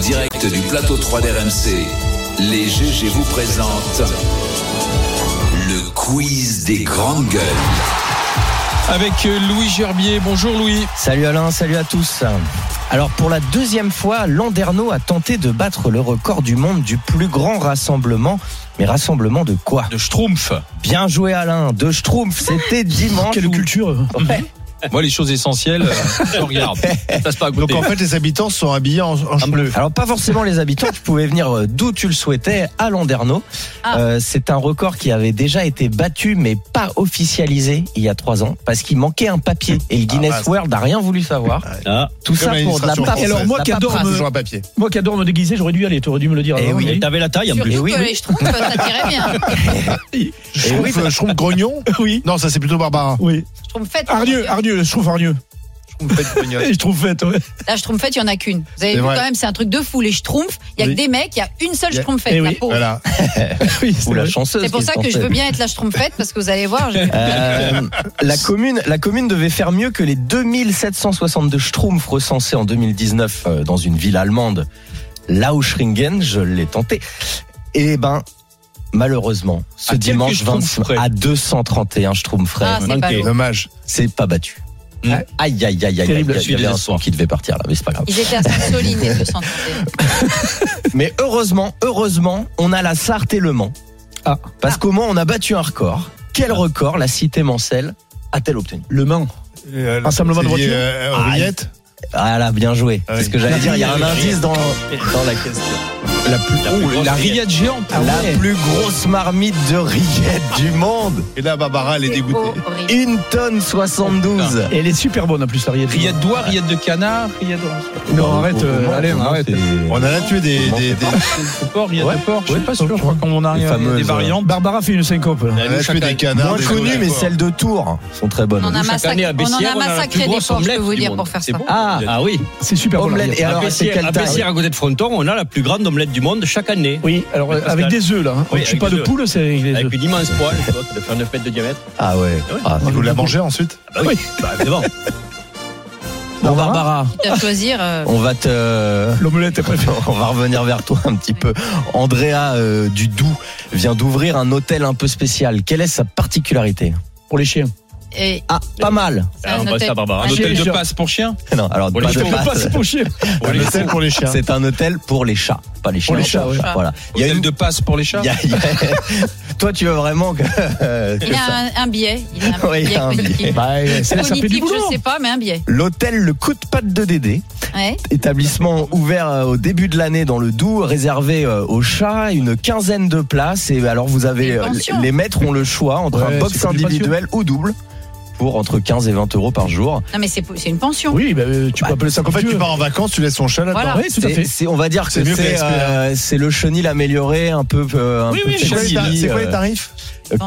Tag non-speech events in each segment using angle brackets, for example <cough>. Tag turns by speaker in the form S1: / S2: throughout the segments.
S1: direct du plateau 3 d'RMC, les GG vous présentent le quiz des grandes gueules.
S2: Avec Louis Gerbier. Bonjour Louis.
S3: Salut Alain, salut à tous. Alors pour la deuxième fois, Landerneau a tenté de battre le record du monde du plus grand rassemblement. Mais rassemblement de quoi
S2: De Schtroumpf.
S3: Bien joué Alain, de Schtroumpf, c'était dimanche.
S4: <laughs> Quelle
S3: où-
S4: culture
S3: Ouais.
S2: Moi, les choses essentielles, euh, je regarde. Ça se passe à côté.
S4: Donc en fait, les habitants sont habillés en, en bleu.
S3: Alors pas forcément les habitants, tu pouvais venir euh, d'où tu le souhaitais, à Landerneau.
S5: Ah.
S3: Euh, c'est un record qui avait déjà été battu mais pas officialisé il y a trois ans parce qu'il manquait un papier et le Guinness
S4: Ah, mince.
S3: World n'a rien voulu savoir.
S2: Ah.
S3: Tout ça pour de la
S4: l'administration
S3: paperasse.
S4: française.
S6: Alors, moi
S3: La
S6: qui adore
S3: paperasse.
S4: Toujours Ah, un papier.
S6: Moi qui adore me déguiser, j'aurais dû y aller, t'aurais dû me le dire.
S3: Eh
S6: avant
S3: oui.
S6: d'y aller.
S2: T'avais la taille en
S5: Surtout
S2: plus.
S3: oui,
S5: que
S3: oui.
S5: les schtroumpfs, ça tirait bien.
S4: Je trouve,
S3: oui, t'as-
S4: euh, je trouve grognon.
S6: Oui.
S4: Non, ça c'est plutôt Barbara.
S6: Oui.
S5: Schtroumpfette.
S6: Arnieux, Arnieux, je trouve Arnieux.
S4: Je trouve pas grognon.
S6: Et je trouve fait, ouais. <laughs>
S5: La schtroumpfette, il n'y en a qu'une. Vous avez
S4: C'est
S5: vu
S4: vrai.
S5: quand même, c'est un truc de fou. Les schtroumpfs, il n'y a
S4: Oui.
S5: que des mecs, il y a une seule
S4: Il y a-
S5: schtroumpfette.
S6: Eh
S5: la
S6: oui.
S5: pauvre.
S4: Voilà.
S6: oui
S3: Ou
S6: c'est
S3: la
S6: vrai.
S3: chanceuse.
S5: C'est pour
S3: qui
S5: ça
S3: se
S5: que je
S3: tentait.
S5: veux bien être la schtroumpfette parce que vous allez voir. je- Ah,
S3: Euh, la commune, la commune devait faire mieux que les 2762 Schtroumpfs recensés en 2019 euh, dans une ville allemande, Lauschringen, je l'ai tenté. Et ben, malheureusement, ce
S2: À quelques
S3: dimanche
S2: Schtroumpfs
S3: 25
S2: près.
S3: à 231 Schtroumpfs frais,
S5: Ah, c'est pas lourd.
S4: Dommage.
S3: c'est pas battu.
S2: Mm.
S3: Aïe, aïe, aïe, aïe, aïe,
S2: Terrible,
S3: il y a-
S2: je
S3: il
S2: suis
S3: y avait un
S2: désespoir.
S3: son qui devait partir là, mais c'est pas grave.
S5: Ils étaient à Sainte-Soline, les deux s'entendaient.
S3: Mais heureusement, heureusement, on a la Sarthe et le Mans.
S6: Ah.
S3: Parce qu'au Mans, on a battu un record. Quel record la cité mancelle a-t-elle obtenu
S6: Le Mans. Rassemblement de
S4: C'est lié,
S6: voitures.
S4: euh, Henriette.
S3: Ah là, bien joué.
S4: Ah
S3: C'est
S4: oui.
S3: ce que j'allais dire. Il y <laughs> a un
S2: La
S3: indice dans, dans la question.
S2: La plus,
S3: plus Ah grosse
S2: la
S3: rillette.
S2: rillette géante.
S3: Ah
S6: Ah
S3: la plus grosse marmite de rillettes du monde.
S4: Et là, Barbara, elle est dégoûtée.
S5: Oh, horrible.
S3: Une tonne 72.
S6: Et elle est super bonne en plus, la Riette.
S2: Rillette d'oie, rillette de canard, rillette de
S6: Non, arrête,
S3: Au- au
S6: euh,
S3: Mans,
S6: allez,
S3: au Mans,
S6: arrête.
S3: c'est-
S4: On a là tué des.
S3: Bon,
S4: des, des-
S2: porc, rillette
S3: Ouais.
S2: de porc. Je
S3: Ouais.
S2: suis pas sûr, je crois qu'on a
S3: Les
S2: il y a des
S3: fameuses,
S2: variantes.
S6: euh, Barbara fait une syncope. là.
S4: on a tué des canards.
S3: Moins
S4: des
S3: connue,
S4: nouilles,
S3: mais
S4: quoi.
S3: celles de Tours sont très
S5: On en
S3: bonnes.
S5: a
S2: Chaque année, à
S5: massacré, on en
S2: Bessières,
S5: a
S2: on a la plus
S5: massacré des
S2: grosse
S5: porcs, je
S2: omelette
S5: peux vous
S2: du
S5: dire,
S2: monde.
S5: pour faire
S2: C'est
S5: ça.
S2: bon.
S3: Ah,
S7: Ah oui,
S6: C'est super bon. la
S3: omelette. Et
S6: Riette.
S3: alors, c'est quelle
S7: à
S3: taille
S7: Bessières, à côté de Fronton, on a la plus grande omelette du monde chaque année.
S6: Oui, alors euh, avec des œufs là. hein.
S7: Oui,
S6: Je suis
S7: avec
S6: pas
S7: des
S6: de
S7: œufs.
S6: poule, c'est avec des œufs.
S7: Avec une immense poêle, tu vois, qui doit faire 9 mètres de diamètre.
S3: Ah ouais. Ah,
S4: Et vous la mangez ensuite
S7: Ah bah oui, bah évidemment.
S3: Bon, Barbara,
S5: Tu dois choisir. euh,
S3: Ah, on va te. <laughs>
S6: L'omelette est préférée.
S3: On va revenir vers toi un petit peu. Andrea euh, du Doubs vient d'ouvrir un hôtel un peu spécial. Quelle est sa particularité
S6: Pour les chiens.
S5: et
S3: Ah, pas mal.
S5: c'est
S7: Ah,
S5: un
S7: on passe
S5: hôtel.
S7: à Barbara.
S5: Un
S2: Un bah, hôtel de
S6: rillette.
S2: passe pour chien.
S3: Non, alors
S7: Pour les
S3: pas de
S7: chevaux.
S3: passe.
S6: Pas, c'est pour chiens.
S4: Un hôtel pour les chiens.
S3: C'est un hôtel pour les chats, pas les chiens.
S6: Pour les chats, ouais.
S3: Voilà. Il y a
S2: Hôtel
S3: une-
S2: de passe pour les chats.
S3: il y a- il y a- <laughs> Toi, tu veux vraiment que.
S5: Il a un, un billet. Il a un
S3: Oui,
S5: billet
S3: un
S5: cognitif.
S3: billet.
S6: Bah, c'est la serpée du
S5: Cognitif,
S6: boulot.
S5: je sais pas, mais un billet.
S3: L'hôtel Le Coup de Patte de Dédé,
S5: Ouais.
S3: établissement ouvert euh, au début de l'année dans le Doubs, réservé euh, aux chats, une quinzaine de places. Et alors, vous avez.
S5: Une
S3: euh,
S5: pension.
S3: Les maîtres ont le choix entre
S6: Ouais,
S3: un
S6: c'est
S3: box
S6: comme une
S3: individuel ou double pour entre 15 et 20 euros par jour.
S5: Non, mais c'est c'est une pension.
S6: Oui, bah, euh, tu
S3: Bah,
S6: peux appeler ça
S4: En
S6: comme
S4: fait,
S6: tu
S4: tu
S6: veux.
S4: pars en vacances, tu laisses ton chat là-dedans.
S5: Voilà.
S6: Oui, tout à
S3: C'est-
S6: fait.
S3: c'est- on va dire
S4: C'est
S3: que
S4: mieux que
S3: c'est
S4: la SPA.
S3: euh, c'est le chenil amélioré un peu euh, un
S6: Oui,
S3: peu
S6: oui,
S4: C'est quoi les
S3: chili,
S4: tar- C'est quoi les
S3: euh,
S4: tarifs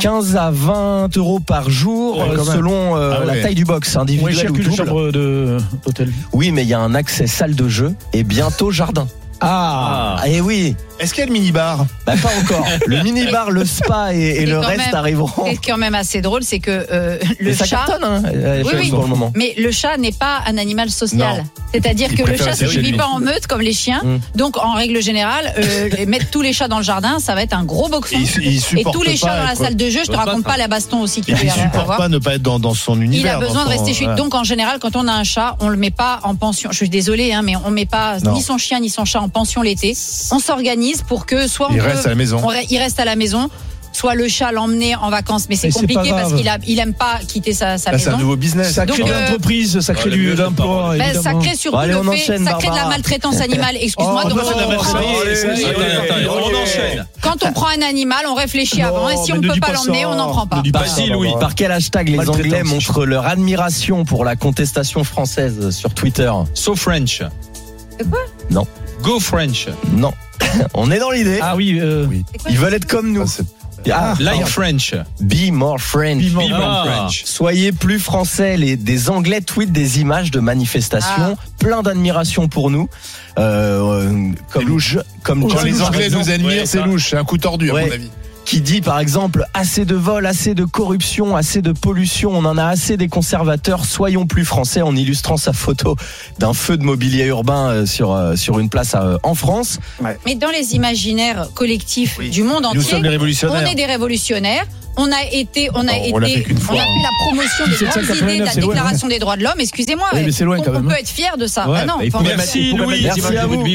S3: 15 à 20 euros par jour
S4: Ouais,
S3: euh,
S4: quand même.
S3: selon euh,
S4: Ah ouais.
S3: la taille du box
S6: Moins
S3: individuel
S6: cher
S3: ou
S6: qu'une
S3: double.
S6: chambre euh, de- d'hôtel.
S3: Oui, mais il y a un accès salle de jeu et bientôt jardin.
S7: Ah,
S3: Ah, et oui,
S4: euh. Est-ce qu'il y a le minibar
S3: bah, pas <laughs> encore. Le minibar, le spa et, et
S5: Mais
S3: le
S5: quand
S3: reste
S5: même,
S3: arriveront.
S4: Oh.
S5: Ce qui est quand même assez drôle, c'est que euh, le
S3: Mais ça
S5: chat.
S3: cartonne, hein, euh,
S5: Oui,
S3: pour
S5: oui.
S3: le moment.
S5: Mais le chat n'est pas un animal social. C'est-à-dire
S4: Il
S5: que le
S4: préfère
S5: chat
S4: rester
S5: ne
S4: chez
S5: vit
S4: lui.
S5: pas en meute comme les chiens.
S3: Mm.
S5: Donc, en règle générale, euh, <laughs> les- mettre tous les chats dans le jardin, ça va être un gros boxon.
S4: Et il- il
S5: Et
S4: supporte
S5: tous les
S4: pas
S5: chats dans la
S4: être-
S5: salle de jeu, je te
S7: Doit pas
S5: raconte
S7: être-
S5: pas la baston aussi qu'il
S4: Il
S5: peut y
S4: supporte
S5: avoir.
S4: pas ne pas être dans, dans son
S5: Il
S4: univers.
S5: a besoin
S4: dans
S5: de
S4: son-
S5: rester chez lui.
S4: voilà.
S5: Donc, en général, quand on a un chat, on le met pas en pension. Je suis désolée, hein, mais on met pas
S4: Non.
S5: ni son chien ni son chat en pension l'été. On s'organise pour que soit on
S4: Il
S5: peut-
S4: reste à la maison.
S5: on re- il reste à la maison. Soit le chat l'emmener en vacances, mais c'est
S6: Mais c'est pas
S5: compliqué parce
S6: grave.
S5: qu'il a, il aime pas quitter sa, sa
S4: Là, Bah, c'est
S5: maison.
S4: un nouveau business.
S6: Ça crée
S5: Donc,
S6: de
S5: euh,
S6: l'entreprise, ça crée
S7: le
S6: du,
S7: mieux,
S6: de
S7: c'est
S6: l'emploi.
S5: Ben, ça
S6: évidemment.
S5: crée surtout
S3: Bon, allez,
S5: le
S3: on
S5: fait,
S3: enchaîne,
S5: ça crée de la
S3: Barbara.
S5: maltraitance
S3: <laughs>
S5: animale. Excuse-moi,
S6: Oh,
S5: donc
S6: non, c'est de la
S5: on prend-
S6: maltraitance.
S7: Attends, attends, on enchaîne.
S5: quand on prend un animal, on réfléchit avant. Et si
S6: mais
S5: on
S6: ne
S5: peut
S6: dis
S5: pas
S6: pas
S5: l'emmener,
S6: ça.
S5: on n'en prend pas.
S6: Ne dis pas
S2: Vas-y,
S6: ça,
S2: Louis.
S6: Barbara.
S3: Par quel hashtag les
S6: Maltraitance.
S3: Anglais montrent leur admiration pour la contestation française sur Twitter
S2: So French.
S5: C'est quoi
S3: bah, Non.
S2: Go French.
S3: Non. <laughs> On est dans l'idée.
S6: Ah oui, euh,
S5: C'est quoi
S3: Ils veulent être comme nous.
S4: Ah, c'est-
S3: Ah,
S2: Like
S3: pardon.
S2: French.
S3: be more French.
S6: vivement.
S2: Be more
S7: Ah.
S2: French.
S3: Soyez plus français, les, des Anglais tweetent des images de manifestations, plein d'admiration pour nous. Euh, euh, comme, je- comme
S4: Quand
S3: John-
S4: les Anglais
S3: par exemple.
S4: nous admirent,
S7: Ouais,
S4: c'est
S7: ça.
S4: louche. C'est un coup tordu, à
S3: Ouais.
S4: mon avis.
S3: qui dit par exemple assez de vols, assez de corruption, assez de pollution, on en a assez des conservateurs, soyons plus français en illustrant sa photo d'un feu de mobilier urbain euh, sur, euh, sur une place euh, en France.
S5: Mais dans les imaginaires collectifs du monde
S4: Nous
S5: entier,
S4: sommes les
S5: on
S4: révolutionnaires.
S5: est des révolutionnaires. On a été, on
S4: Bon,
S5: a été,
S4: on l'a fait qu'une
S5: on
S4: fois,
S5: a fait
S4: hein.
S5: la promotion des
S6: 1789,
S5: grandes idées de la
S6: c'est loin,
S5: Déclaration des droits de l'homme. Excusez-moi,
S6: Oui, mais c'est loin,
S5: on,
S6: quand
S5: on
S6: même.
S5: peut être fier de ça. Ah non,
S7: bah, il faut
S5: enfin,
S7: mettre-
S2: Merci,
S7: il faut mettre
S2: Louis.
S7: des
S3: Merci
S7: images
S3: à
S7: de
S3: vous.
S7: rugby.